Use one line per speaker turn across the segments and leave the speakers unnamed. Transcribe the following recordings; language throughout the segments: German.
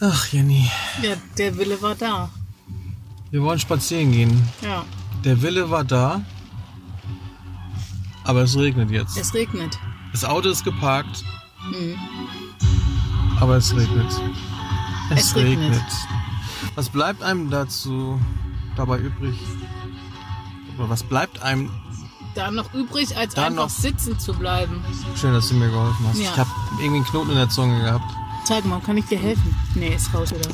Ach, Jenny.
Ja, der Wille war da.
Wir wollen spazieren gehen.
Ja,
Der Wille war da. Aber es regnet jetzt.
es Mhm. regnet.
Das Auto ist geparkt. Aber es regnet. Es,
Es
regnet.
regnet.
Was bleibt einem dazu dabei übrig? Oder was bleibt einem?
Da noch übrig, als
Da
einfach
noch.
sitzen zu bleiben.
Schön, dass du mir geholfen hast.
Ja.
Ich habe irgendwie einen Knoten in der Zunge gehabt.
Zeig mal, kann ich dir helfen? Nee, ist raus wieder.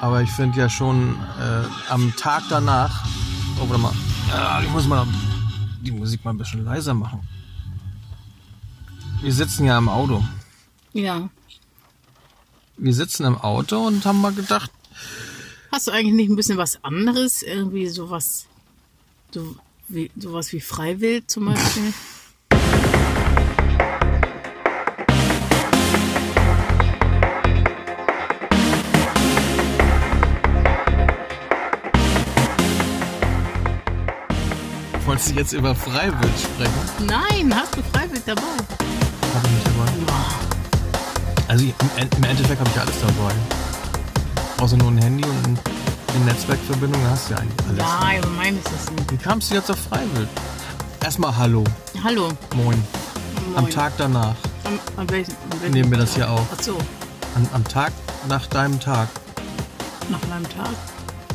Aber ich finde ja schon äh, am Tag danach. Oh, warte mal. Ah, ich muss mal die Musik mal ein bisschen leiser machen. Wir sitzen ja im Auto.
Ja.
Wir sitzen im Auto und haben mal gedacht,
Hast du eigentlich nicht ein bisschen was anderes? Irgendwie sowas, so, wie, sowas wie Freiwild zum Beispiel?
wolltest du jetzt über Freiwild sprechen?
Nein, hast du Freiwild dabei?
Hab ich nicht dabei. Also ich- im En- im Endeffekt habe ich ja alles dabei. Außer nur ein Handy und ein- eine Netzwerkverbindung, da hast du ja eigentlich alles.
Nein, aber meine ist das nicht.
Wie kamst du jetzt auf Freiwild? Erstmal Hallo,
Hallo.
moin. Am
moin.
Tag danach
Am, an welchem, an welchem?
nehmen wir das hier auf.
Ach so,
An, am Tag nach deinem Tag.
nach meinem Tag.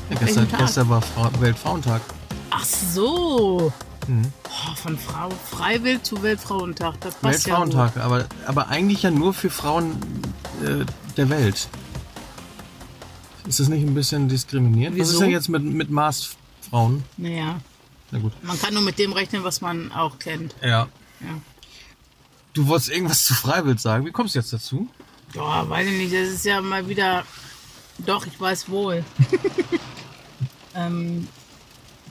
Ja, gestern,
Tag?
gestern war Fra Weltfrauentag.
Ach so.
Mhm.
Oh, von Frau, Freiwild zu Weltfrauentag. Das passt
Weltfrauentag, aber, aber eigentlich ja nur für Frauen äh, der Welt. Ist das nicht ein bisschen diskriminierend? Was
Wieso?
ist denn jetzt mit, mit Maßfrauen?
Ja gut. Naja,
Na gut.
man kann nur mit dem rechnen, was man auch kennt.
Ja.
Ja.
Du wolltest irgendwas zu Freiwild sagen. Wie kommst du jetzt dazu?
Ja, weiß ich nicht, das ist ja mal wieder. Doch, ich weiß wohl. ähm,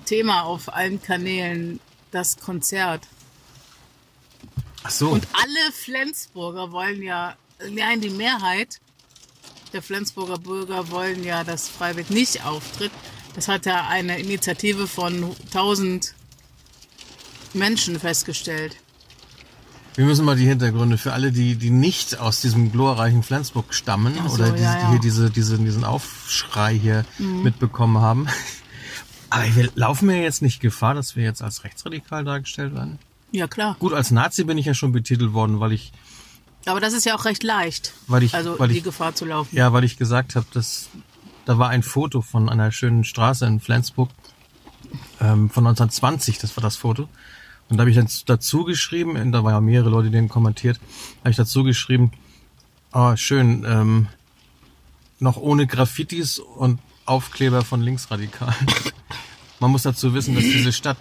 Thema auf allen Kanälen, das Konzert.
Ach so.
Und alle Flensburger wollen ja, nein, die Mehrheit der Flensburger Bürger wollen ja, dass Freiwild nicht auftritt. Das hat ja eine Initiative von 1000 Menschen festgestellt.
wir müssen mal die Hintergründe für alle, die, die nicht aus diesem glorreichen Flensburg stammen
Ach so,
oder
ja,
die, die
ja. Mhm.
hier diese, diese, diesen Aufschrei hier mitbekommen haben. Aber wir laufen wir jetzt nicht Gefahr, dass wir jetzt als rechtsradikal dargestellt werden?
Ja, klar.
Gut, als Nazi bin ich ja schon betitelt worden, weil ich,
Aber das ist ja auch recht leicht,
Weil ich-
also
weil
die
ich-
Gefahr zu laufen.
ja, weil ich gesagt habe, dass da war ein Foto von einer schönen Straße in Flensburg ähm, von 1920, das war das Foto. Und da habe ich dann dazu geschrieben, und da waren ja mehrere Leute, die den kommentiert, habe ich dazu geschrieben, ah, schön, ähm, noch ohne Graffitis und Aufkleber von Linksradikalen. Man muss dazu wissen, dass diese Stadt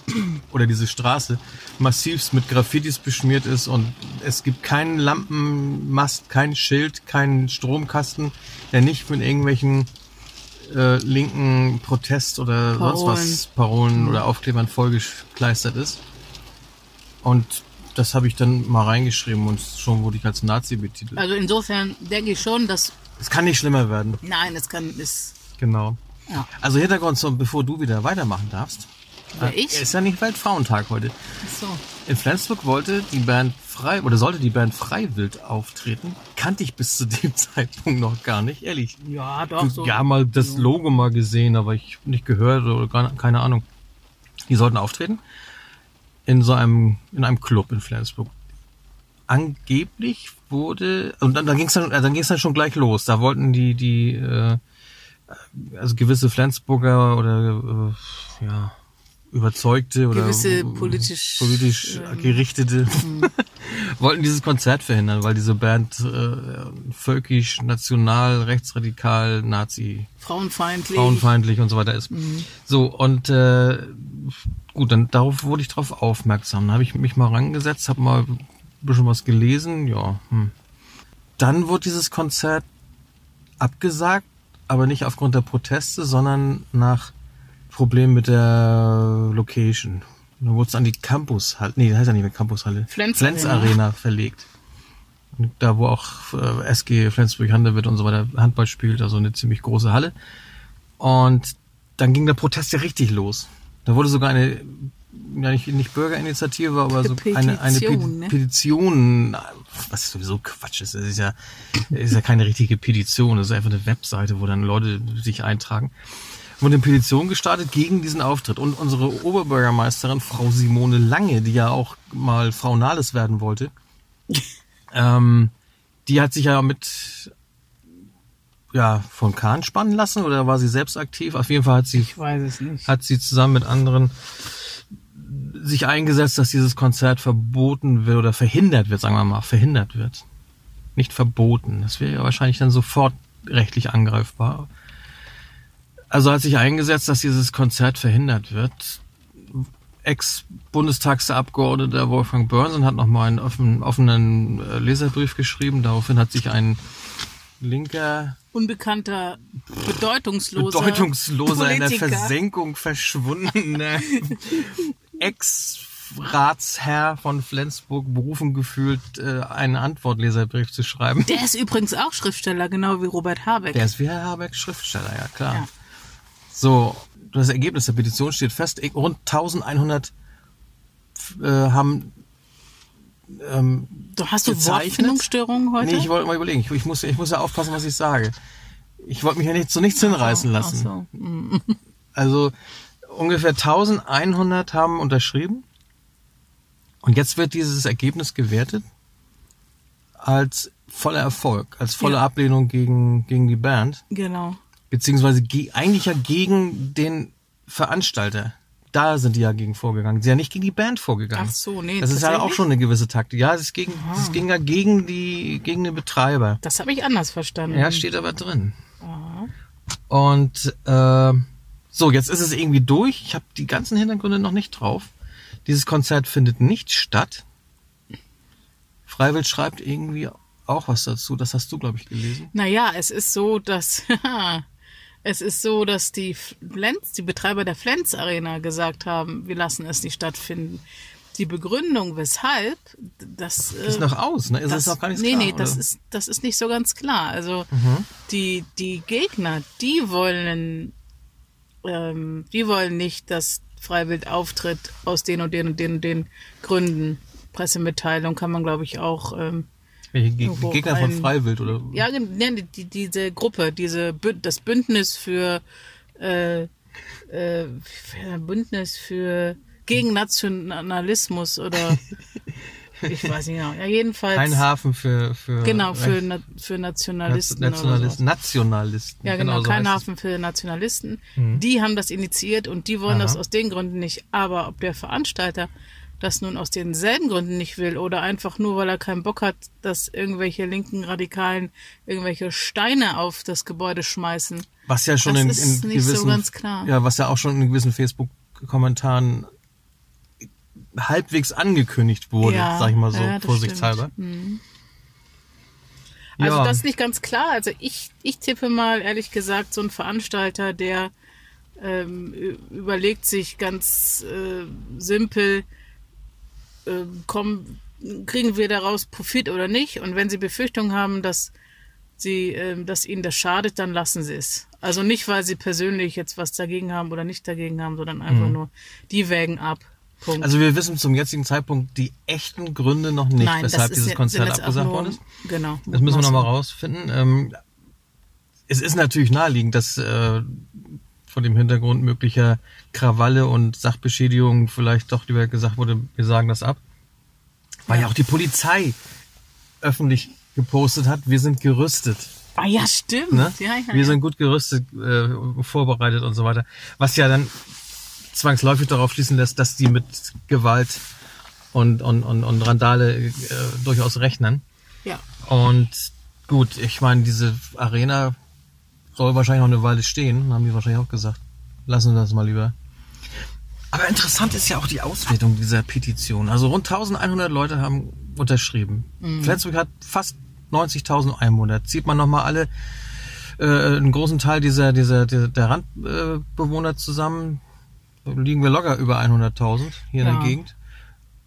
oder diese Straße massivst mit Graffitis beschmiert ist und es gibt keinen Lampenmast, kein Schild, keinen Stromkasten, der nicht mit irgendwelchen äh, linken Protest oder sonst was Parolen oder Aufklebern vollgekleistert ist. Und das habe ich dann mal reingeschrieben und schon wurde ich als Nazi betitelt.
Also insofern denke ich schon, dass.
Es kann nicht schlimmer werden.
Nein, es kann. Ist,
Genau.
Ja.
Also Hintergrund zum, bevor du wieder weitermachen darfst.
Wer, ich?
Ist ja nicht Weltfrauentag heute.
ach so.
In Flensburg wollte die Band frei oder sollte die Band Freiwild auftreten. Kannte ich bis zu dem Zeitpunkt noch gar nicht, ehrlich.
Ja, doch. So.
Ja, mal das Logo mal gesehen, aber ich hab nicht gehört oder gar, keine Ahnung. Die sollten auftreten in so einem in einem Club in Flensburg. Angeblich wurde und dann, dann ging es dann, also dann ging's dann schon gleich los. Da wollten die die äh, also gewisse Flensburger oder äh, ja überzeugte oder äh,
Gewisse politisch,
politisch
ähm,
gerichtete wollten dieses Konzert verhindern, weil diese Band äh, völkisch, national, rechtsradikal, Nazi
Frauenfeindlich.
frauenfeindlich und so weiter ist. So, und äh, gut, dann darauf wurde ich drauf aufmerksam. Dann habe ich mich mal rangesetzt, habe mal ein bisschen was gelesen, ja. Hm. Dann wurde dieses Konzert abgesagt, aber nicht aufgrund der Proteste, sondern nach Problemen mit der Location. Dann wurde es an die Campushalle, nee, das heißt ja nicht mehr Campushalle,
Flens
Arena.
Arena.
verlegt. Und Da, wo auch äh, SG Flensburg-Handewitt und so weiter Handball spielt, also eine ziemlich große Halle. Und dann ging der Protest ja richtig los. Da wurde sogar eine ja nicht, nicht Bürgerinitiative, aber so
Petition,
eine, eine Pe
ne?
Petition, was sowieso Quatsch ist. Es ist ja, es ist ja keine richtige Petition, es ist einfach eine Webseite, wo dann Leute sich eintragen. Wurde eine Petition gestartet gegen diesen Auftritt. Und unsere Oberbürgermeisterin, Frau Simone Lange, die ja auch mal Frau Nahles werden wollte, ähm, die hat sich ja mit ja, von Kahn spannen lassen oder war sie selbst aktiv? Auf jeden Fall hat sie
Ich weiß es nicht.
hat sie zusammen mit anderen sich eingesetzt, dass dieses Konzert verboten wird oder verhindert wird, sagen wir mal, verhindert wird. Nicht verboten. Das wäre ja wahrscheinlich dann sofort rechtlich angreifbar. Also hat sich eingesetzt, dass dieses Konzert verhindert wird. Ex-Bundestagsabgeordneter Wolfgang Börnsen hat nochmal einen offen, offenen äh, Leserbrief geschrieben. Daraufhin hat sich ein linker
Unbekannter, bedeutungsloser,
bedeutungsloser, in der
Politiker.
Versenkung verschwundener Ex-Ratsherr von Flensburg berufen gefühlt, äh, einen Antwortleserbrief zu schreiben.
Der ist übrigens auch Schriftsteller, genau wie Robert Habeck.
Der ist wie Herr Habeck Schriftsteller, ja klar.
Ja.
So, das Ergebnis der Petition steht fest. Ich- Rund 1100 äh, haben
Du hast du
gezeichnet.
Wortfindungsstörungen heute?
Nee, ich wollte mal überlegen. Ich, ich, muss, ich muss ja aufpassen, was ich sage. Ich wollte mich ja nicht zu nichts hinreißen
Ach
lassen.
so.
Also ungefähr 1100 haben unterschrieben. Und jetzt wird dieses Ergebnis gewertet als voller Erfolg, als volle
Ja.
Ablehnung gegen, gegen die Band,
Genau.
beziehungsweise ge eigentlich ja gegen den Veranstalter. Da sind die ja gegen vorgegangen. Sie sind ja nicht gegen die Band vorgegangen.
Ach so, nee,
Das ist ja auch
tatsächlich?
schon eine gewisse Taktik. Ja, es ging, es ging ja gegen die, gegen den Betreiber.
Das habe ich anders verstanden.
Ja, steht aber drin. Und äh, so, jetzt ist es irgendwie durch. Ich habe die ganzen Hintergründe noch nicht drauf. Dieses Konzert findet nicht statt. Freiwild schreibt irgendwie auch was dazu. Das hast du, glaube ich, gelesen.
Naja, es ist so, dass es ist so, dass die Flens, die Betreiber der Flens Arena gesagt haben, wir lassen es nicht stattfinden. Die Begründung, weshalb, das äh,
Ist noch aus, ne? Ist das, noch gar nicht
nee,
klar,
nee, das
oder? Mhm.
ist, das ist nicht so ganz klar. Also die, die Gegner, die wollen, ähm, die wollen nicht, dass Freiwild auftritt aus den und den und den und den Gründen. Pressemitteilung kann man, glaube ich, auch. Ähm,
Welche Geg-
irgendwo
Gegner von
ein-
Freiwild oder?
ja, gen- ne, die, die, diese Gruppe, diese Bü- das Bündnis für äh, äh, Bündnis für gegen Nationalismus oder ich weiß nicht genau. Ja, jedenfalls.
Kein Hafen für für
Genau, für,
Recht-
Na für
Nationalisten.
Nationalisten. oder
äh, Nationalisten.
sowas.
Nationalisten.
ja, genau,
so heißt
kein
es.
Hafen für Nationalisten. Die haben das initiiert und die wollen
Aha.
das aus den Gründen nicht. Aber ob der Veranstalter das nun aus denselben Gründen nicht will oder einfach nur, weil er keinen Bock hat, dass irgendwelche linken Radikalen irgendwelche Steine auf das Gebäude schmeißen.
Was ja schon
Das
in,
ist
in
nicht so
gewissen,
ganz klar.
ja, was ja auch schon in gewissen Facebook-Kommentaren halbwegs angekündigt wurde,
Ja,
sag ich mal so,
ja, das Hm.
vorsichtshalber.
Also
ja,
das ist nicht ganz klar. Also ich, ich tippe mal, ehrlich gesagt, so ein Veranstalter, der ähm, ü- überlegt sich ganz äh, simpel, äh, kommen, kriegen wir daraus Profit oder nicht? Und wenn sie Befürchtungen haben, dass sie, ähm, dass ihnen das schadet, dann lassen sie es. Also nicht, weil sie persönlich jetzt was dagegen haben oder nicht dagegen haben, sondern einfach nur, die wägen ab. Punkt.
Mhm. also wir wissen zum jetzigen Zeitpunkt die echten Gründe noch nicht,
Nein,
weshalb
das ist
dieses
ja-
Konzert
sind jetzt auch
abgesagt
nur-
worden ist.
Genau.
Das müssen wir
Mutmaßen.
nochmal rausfinden. Ähm, es ist natürlich naheliegend, dass äh, vor dem Hintergrund möglicher Krawalle und Sachbeschädigungen vielleicht doch lieber gesagt wurde, wir sagen das ab. Weil ja auch die Polizei öffentlich gepostet hat, wir sind gerüstet.
Ah ja, stimmt.
Ne?
Ja, ja,
wir
ja.
sind gut gerüstet, äh, vorbereitet und so weiter. Was ja dann zwangsläufig darauf schließen lässt, dass die mit Gewalt und, und, und, und Randale äh, durchaus rechnen.
ja.
Und gut, ich meine, diese Arena soll wahrscheinlich noch eine Weile stehen, haben die wahrscheinlich auch gesagt. Lassen wir das mal lieber. Aber interessant ist ja auch die Auswertung dieser Petition. Also rund 1100 Leute haben unterschrieben. Flensburg hat fast 90.000 Einwohner. Zieht man nochmal alle, äh, einen großen Teil dieser, dieser, dieser der Randbewohner äh, Bewohner zusammen, liegen wir locker über 100.000 hier in
Ja.
der Gegend.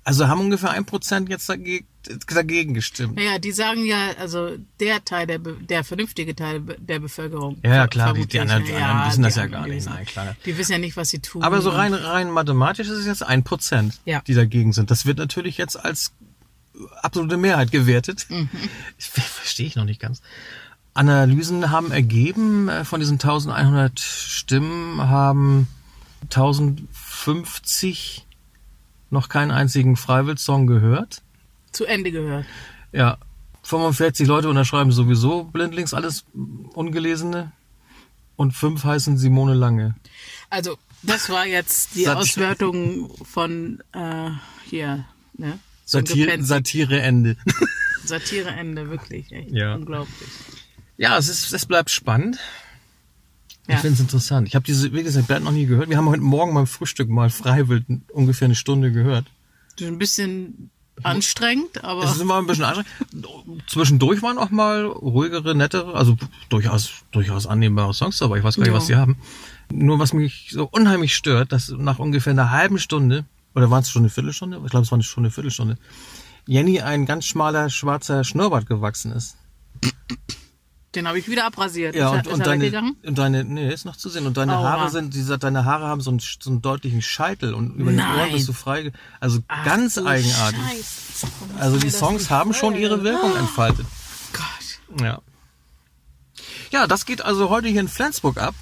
Also haben ungefähr 1% jetzt dagegen dagegen gestimmt.
Naja, die sagen ja, also der Teil, der, Be- der vernünftige Teil der Be- der Bevölkerung.
Ja, ja,
ver-
klar, die,
vermutlich,
die, anderen,
ne?
die
Ja,
anderen wissen das
die
ja
anderen
gar nicht.
wissen-
Nein, klar.
Die wissen ja nicht, was sie tun.
Aber so
und-
rein, rein mathematisch ist es jetzt ein Prozent,
Mhm. Ja.
die dagegen sind. Das wird natürlich jetzt als absolute Mehrheit gewertet. Ich ver- verstehe ich noch nicht ganz. Analysen haben ergeben, äh, von diesen 1100 Stimmen haben 1050 noch keinen einzigen Freiwild-Song gehört.
Zu Ende gehört.
Ja, 45 Leute unterschreiben sowieso blindlings alles Ungelesene. Und fünf heißen Simone Lange.
Also, das war jetzt die
Sat-
Auswertung von äh, hier, ne? So ein
Satire,
Gepenz-
Satire Ende.
Satireende, wirklich. Echt
Ja.
Unglaublich.
Ja, es, ist, es bleibt spannend.
Ja.
Ich finde es interessant. Ich habe diese, wie gesagt, Band noch nie gehört. Wir haben heute Morgen beim Frühstück mal freiwillig ungefähr eine Stunde gehört.
Das ist ein bisschen anstrengend, aber
Es ist immer ein bisschen anstrengend. Zwischendurch waren auch mal ruhigere, nettere, also durchaus, durchaus annehmbare Songs dabei. Ich weiß gar nicht,
Ja.
was sie haben. Nur was mich so unheimlich stört, dass nach ungefähr einer halben Stunde, oder war es schon eine Viertelstunde? Ich glaube, es war eine- schon eine Viertelstunde. Jenny ein ganz schmaler, schwarzer Schnurrbart gewachsen ist.
den habe ich wieder abrasiert.
Ja,
ist er,
und,
ist
und
er
deine,
weggegang?
und deine, nee, ist noch zu sehen. Und deine
Aua.
Haare sind, die, deine Haare haben so einen, so einen deutlichen Scheitel und über den Ohren
Nein.
bist du frei. Also
Ach,
ganz
du
eigenartig.
Scheiße. Warum
Also
ist Ah.
die
mir das
Songs
nicht
haben schon
gefallen?
ihre Wirkung entfaltet.
Gott.
Ja. Ja, das geht also heute hier in Flensburg ab,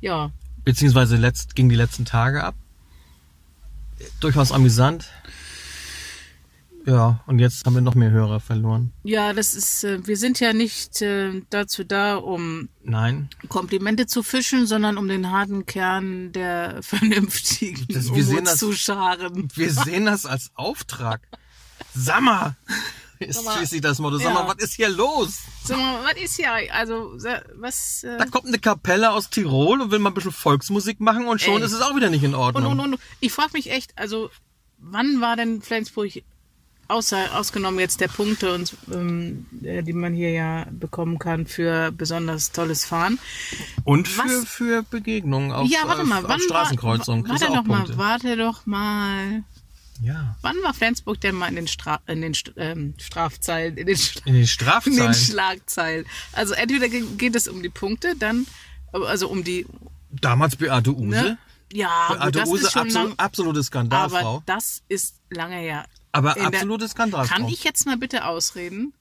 Ja,
beziehungsweise letzt, ging die letzten Tage ab. Durchaus amüsant. Ja, und jetzt haben wir noch mehr Hörer verloren.
ja, das ist, äh, wir sind ja nicht äh, dazu da, um
Nein.
Komplimente zu fischen, sondern um den harten Kern der Vernünftigen
Das- wir
um
sehen
uns
das-
zu scharen.
Wir sehen das als Auftrag. Sammer! Ist
Sammer.
schließlich das Motto. Sammer,
Ja.
was ist hier los?
Sag mal, was ist hier? Also, sa- was. Äh,
Da kommt eine Kapelle aus Tirol und will mal ein bisschen Volksmusik machen und schon
Ey.
ist es auch wieder nicht in
und,
Ordnung.
und, und, ich frage mich echt, also, wann war denn Flensburg, außer, ausgenommen jetzt der Punkte, und, ähm, äh, die man hier ja bekommen kann für besonders tolles Fahren?
Und für,
Was?
für Begegnungen auf, äh,
ja, warte mal,
auf,
wann.
auf Straßenkreuzungen.
War,
Kriegst du
warte,
auch
doch mal,
Punkte.
warte doch mal.
Ja.
Wann war Flensburg denn mal in den, Stra in den St ähm, Strafzeilen, in den Stra
In den
in den
Strafzeilen.
Schlagzeilen. Also entweder ge- geht es um die Punkte, dann also um die
Damals Beate Use.
ne? ja, gut,
Beate
das
Use,
ist schon
absolu-
lang,
absolute
aber
Skandalfrau.
das ist lange her.
Aber,
in der-
absolute Skandalfrau.
Kann ich jetzt mal bitte ausreden?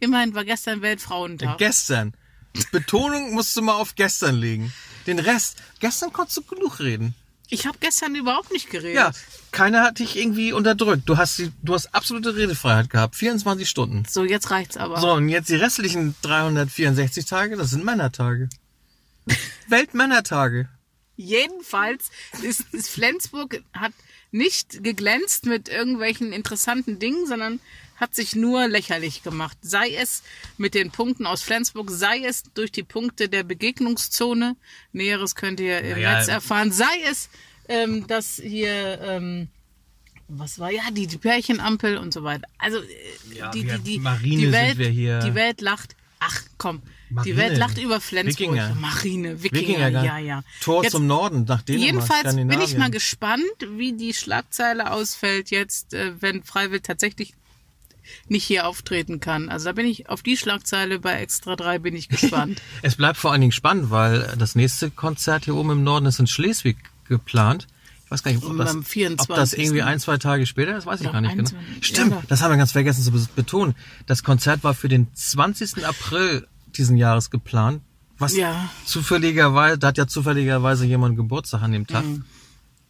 Immerhin war gestern Weltfrauentag.
Gestern. Betonung musst du mal auf gestern legen. Den Rest. Gestern konntest du genug reden.
ich habe gestern überhaupt nicht geredet.
Ja, keiner hat dich irgendwie unterdrückt. Du hast, die, du hast absolute Redefreiheit gehabt. 24 Stunden.
So, jetzt reicht's aber.
So, und jetzt die restlichen 364 Tage, das sind Männertage. Weltmännertage.
Jedenfalls ist, ist Flensburg hat nicht geglänzt mit irgendwelchen interessanten Dingen, sondern hat sich nur lächerlich gemacht. Sei es mit den Punkten aus Flensburg, sei es durch die Punkte der Begegnungszone. Näheres könnt ihr im
Naja.
Netz erfahren. Sei es, ähm, dass hier, ähm, was war ja, die, die Pärchenampel und so weiter. Also äh,
Ja,
die,
wir-
die, die,
Marine
die
sind
Welt,
wir hier.
die Welt lacht. Ach komm,
Marine.
die Welt lacht über Flensburg.
Wikinger.
Marine, Wikinger,
Wikinger,
ja, ja.
Tor
Jetzt-
zum Norden, nach Dänemark,
Jedenfalls bin ich
Skandinavien.
mal gespannt, wie die Schlagzeile ausfällt jetzt, äh, wenn Freiwill tatsächlich nicht hier auftreten kann. Also da bin ich auf die Schlagzeile bei Extra 3 bin ich gespannt.
Es bleibt vor allen Dingen spannend, weil das nächste Konzert hier oben im Norden ist in Schleswig geplant. Ich weiß gar nicht, ob
Am
das,
24..
ob das irgendwie ein, zwei Tage später ist, weiß ich
Oder
gar nicht genau.
21.,
Stimmt,
ja.
das haben wir ganz vergessen zu bes- betonen. Das Konzert war für den 20. April diesen Jahres geplant. Was
Ja.
zufälligerweise, da hat ja zufälligerweise jemand Geburtstag an dem Tag.
Mhm.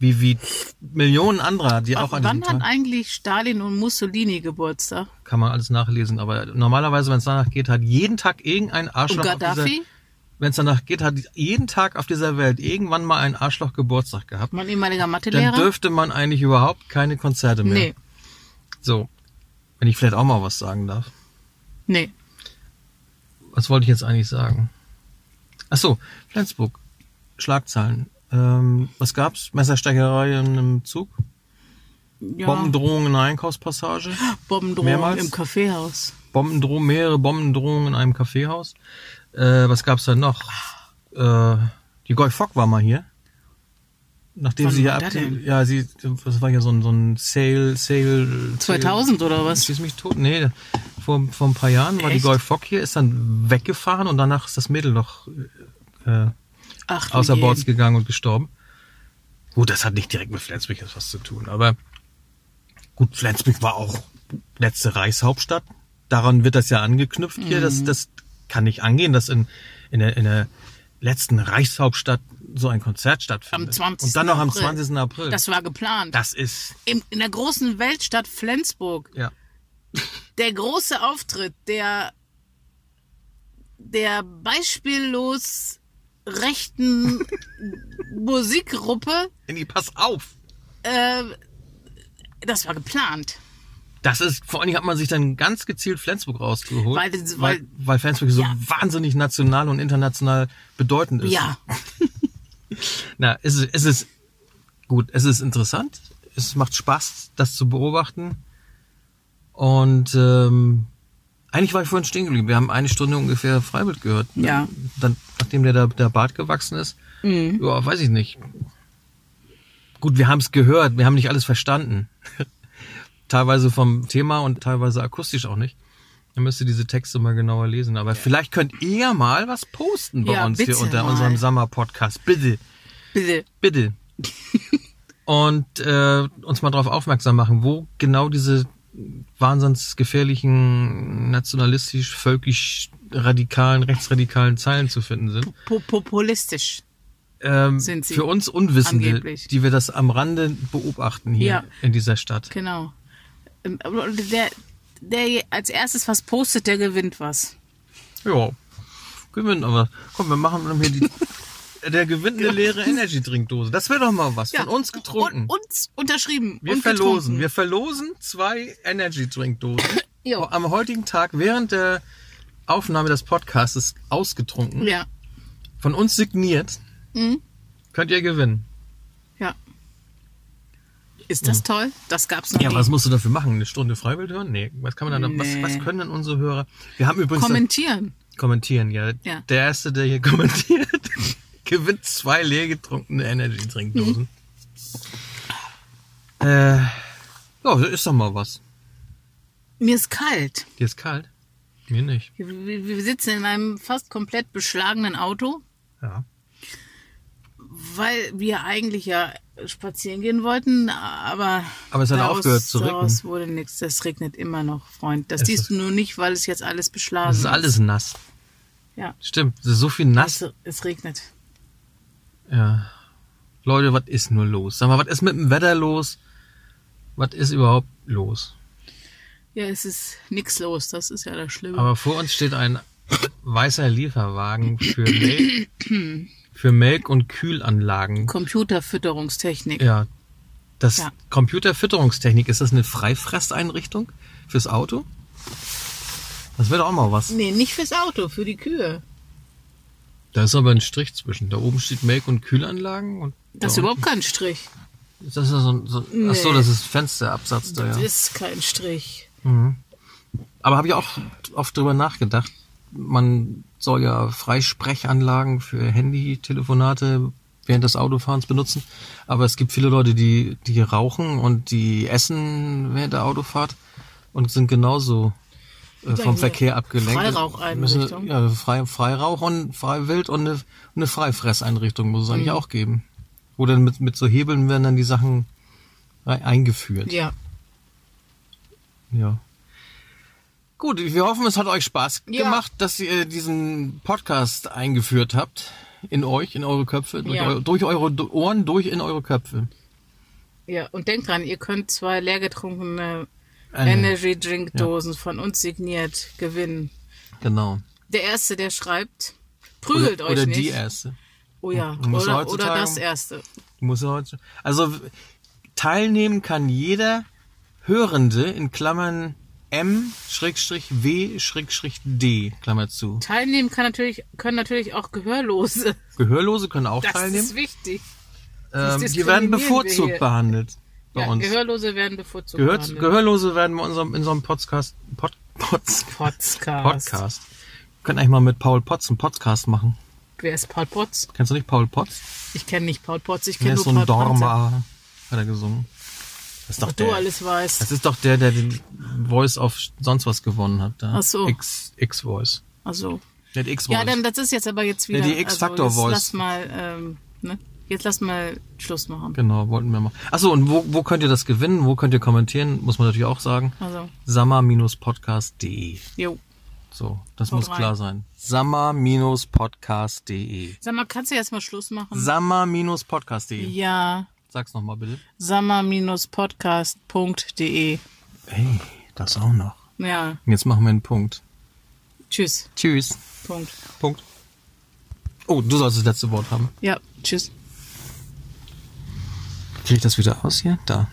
Wie, wie Millionen anderer, die auch an diesem
Wann
Tag.
hatten eigentlich Stalin und Mussolini Geburtstag?
Kann man alles nachlesen, aber normalerweise, wenn es danach geht, hat jeden Tag irgendein
Und
Arschloch. auf dieser-
Gaddafi?
wenn es danach geht, hat jeden Tag auf dieser Welt irgendwann mal ein Arschloch Geburtstag gehabt.
Mein ehemaliger
Dann
Mathelehrer?
dürfte man eigentlich überhaupt keine Konzerte mehr.
Nee,
So, wenn ich vielleicht auch mal was sagen darf.
nee.
Was wollte ich jetzt eigentlich sagen? Ach so, Flensburg. Schlagzeilen. Ähm, was gab's? Messerstecherei in einem Zug?
Ja.
Bombendrohung in einer Einkaufspassage?
Bombendrohung
Mehrmals?
im Kaffeehaus.
Bombendrohung, mehrere Bombendrohungen in einem Kaffeehaus. Äh, was gab's da noch? Äh, die Goy Fock war mal hier. Nachdem
Wann
sie hier
war
ab,
der denn?
ja, sie, das war ja so ein, so ein Sale, Sale. Sale-
2000 oder was?
Schieß mich tot. Nee, vor, vor ein paar Jahren war die
Echt?
Golf Fock hier, ist dann weggefahren und danach ist das Mittelloch äh,
Ach, du
außer
je.
Bords gegangen und gestorben. Gut, das hat nicht direkt mit Flensburg jetzt was zu tun, aber gut, Flensburg war auch letzte Reichshauptstadt. Daran wird das ja angeknüpft hier.
Mhm.
Das, das kann nicht angehen, dass in, in, der, in der letzten Reichshauptstadt so ein Konzert stattfindet.
Am 20.
Und dann noch am
April.
20. April.
Das war geplant.
das ist,
Im, in der großen Weltstadt Flensburg.
ja.
Der große Auftritt, der, der beispiellos rechten Musikgruppe,
Andy, pass auf!
äh, das war geplant.
Das ist, vor allen Dingen hat man sich dann ganz gezielt Flensburg rausgeholt.
Weil-
weil, weil,
weil-
Flensburg so
Ja.
wahnsinnig national und international bedeutend ist.
Ja,
Na, es ist, es ist gut, es ist interessant, es macht Spaß, das zu beobachten. Und ähm, eigentlich war ich vorhin stehen geblieben. Wir haben eine Stunde ungefähr Freiwild gehört.
Ja. Mhm.
Dann, nachdem der, der, der Bart gewachsen ist. Ja, weiß ich nicht. Gut, wir haben es gehört, wir haben nicht alles verstanden. teilweise vom Thema und teilweise akustisch auch nicht. Dann müsst ihr diese Texte mal genauer lesen. Aber vielleicht könnt ihr ja mal was posten bei
Ja,
uns hier
bitte
unter
mal.
unserem Sommer-Podcast. Bitte.
bitte.
Bitte. Und äh, uns mal darauf aufmerksam machen, wo genau diese wahnsinnsgefährlichen, nationalistisch, völkisch radikalen, rechtsradikalen Zeilen zu finden sind.
Po populistisch.
Ähm,
Sind sie
für uns Unwissende,
angeblich.
die wir das am Rande beobachten hier
Ja.
in dieser Stadt.
Genau. Ähm, aber Der, der als erstes was postet, der gewinnt was.
Ja, gewinnen aber. Komm, wir machen hier die... Der gewinnt eine leere Energy-Trinkdose. Das wäre doch mal was. Von uns getrunken.
Und, uns unterschrieben.
Wir
und
verlosen,
getrunken.
wir verlosen zwei Energy Drink Dosen.
Jo.
Am heutigen Tag während der Aufnahme des Podcasts ausgetrunken,
Ja, Mhm.
von uns signiert, könnt ihr gewinnen.
ja. Ist das toll? Das gab's noch
Ja,
nie.
was musst du dafür machen? Eine Stunde Freiwild hören? Nee, was kann man dann,
Nee.
was, was können denn unsere Hörer? Wir haben übrigens
Kommentieren.
kommentieren, ja.
Ja.
Der erste, der hier kommentiert, gewinnt zwei leer getrunkene Energy
Mhm.
Drink Dosen. Äh, ja, ist doch mal was.
Mir ist kalt.
Dir ist kalt? Mir nicht.
Wir, wir wir sitzen in einem fast komplett beschlagenen Auto,
Ja.
weil wir eigentlich ja spazieren gehen wollten, aber,
Aber es hat
daraus,
aufgehört zu
Daraus wurde nichts. Das regnet immer noch, Freund. Das
Es ist-
siehst du nur nicht, weil es jetzt alles beschlagen
Es ist alles nass.
Ja.
Stimmt, es ist so viel nass.
Es, es regnet.
Ja. Leute, was ist nur los? Sag mal, was ist mit dem Wetter los? Was ist überhaupt los?
Ja, es ist nix los. Das ist ja das Schlimme.
Aber vor uns steht ein weißer Lieferwagen für Melk, für Melk und Kühlanlagen.
Computerfütterungstechnik.
Ja. Das
Ja.
Computerfütterungstechnik, ist das eine Freifresseinrichtung fürs Auto? Das wäre doch auch mal was.
Nee, nicht fürs Auto, für die Kühe.
Da ist aber ein Strich zwischen. Da oben steht Melk und Kühlanlagen und
Das ist
da
überhaupt kein Strich.
Ist das so ein, so, ach so,
Nee.
das ist Fensterabsatz da,
Das
ja.
ist kein Strich.
Aber habe ich auch oft drüber nachgedacht. Man soll ja Freisprechanlagen für Handy-Telefonate während des Autofahrens benutzen. Aber es gibt viele Leute, die, die rauchen und die essen während der Autofahrt und sind genauso äh, vom
eine
Verkehr abgelenkt.
Freiraucheinrichtung.
Müssen- Ja, Frei, Freirauch und Freiwild und eine, eine Freifresseinrichtung muss es eigentlich
Mhm.
auch geben. Wo dann mit, mit so Hebeln werden dann die Sachen rei- eingeführt.
Ja.
Ja. Gut, wir hoffen, es hat euch Spaß
Ja.
gemacht, dass ihr diesen Podcast eingeführt habt. In euch, in eure Köpfe, durch,
Ja.
eu durch eure Do- Ohren, durch in eure Köpfe.
Ja, und denkt dran, ihr könnt zwei leer getrunkene
Eine-
Energy Drink Dosen von uns signiert gewinnen.
Genau.
Der erste, der schreibt, prügelt
oder
euch
oder
nicht.
die erste.
Oh ja,
Muss
oder,
heutzutage-
oder das erste.
Die Muss ja heute. Also w- teilnehmen kann jeder Hörende in Klammern M-W-D, Klammer zu.
Teilnehmen kann natürlich, können natürlich auch Gehörlose.
Gehörlose können auch
Das
teilnehmen.
ist wichtig.
ähm, die werden
diskriminieren wir
bevorzugt
hier.
behandelt bei
Ja,
uns.
Gehörlose werden bevorzugt.
Gehört,
behandelt.
Gehörlose werden wir in unserem, in unserem Podcast, Pod, Pod,
Podcast.
Podcast. Wir können eigentlich mal mit Paul Potts einen Podcast machen.
Wer ist Paul Potts?
Kennst du nicht Paul Potts?
Ich kenne nicht Paul Potts, ich
Der
kenne
ist
nur
so ein
Paul Potts.
Dorma, hat er gesungen. Das ist doch
Ach,
der.
du alles weißt.
Äh, Das ist doch der, der den Voice auf sonst was gewonnen hat. Da.
Ach so.
X, X-Voice.
Also,
Der hat X-Voice.
ja, dann das ist jetzt aber jetzt wieder.
die X-Factor
also,
Voice.
jetzt lass mal, ähm, ne? Jetzt lass mal Schluss machen.
Genau, wollten wir mal. Achso, und wo, wo könnt ihr das gewinnen? Wo könnt ihr kommentieren? Muss man natürlich auch sagen.
Also,
Sammer-podcast.de.
jo.
So, das
Haut
muss
rein.
klar sein. Sammer-podcast.de.
Sag mal, kannst du jetzt mal Schluss machen?
Sammer-podcast.de.
ja.
Sag's nochmal bitte.
Sammer-podcast.de.
Hey, das auch noch.
Ja,
Jetzt machen wir einen Punkt.
tschüss.
Tschüss.
Punkt.
Punkt. Oh, du sollst das letzte Wort haben.
Ja, tschüss.
Krieg ich das wieder aus hier? Da.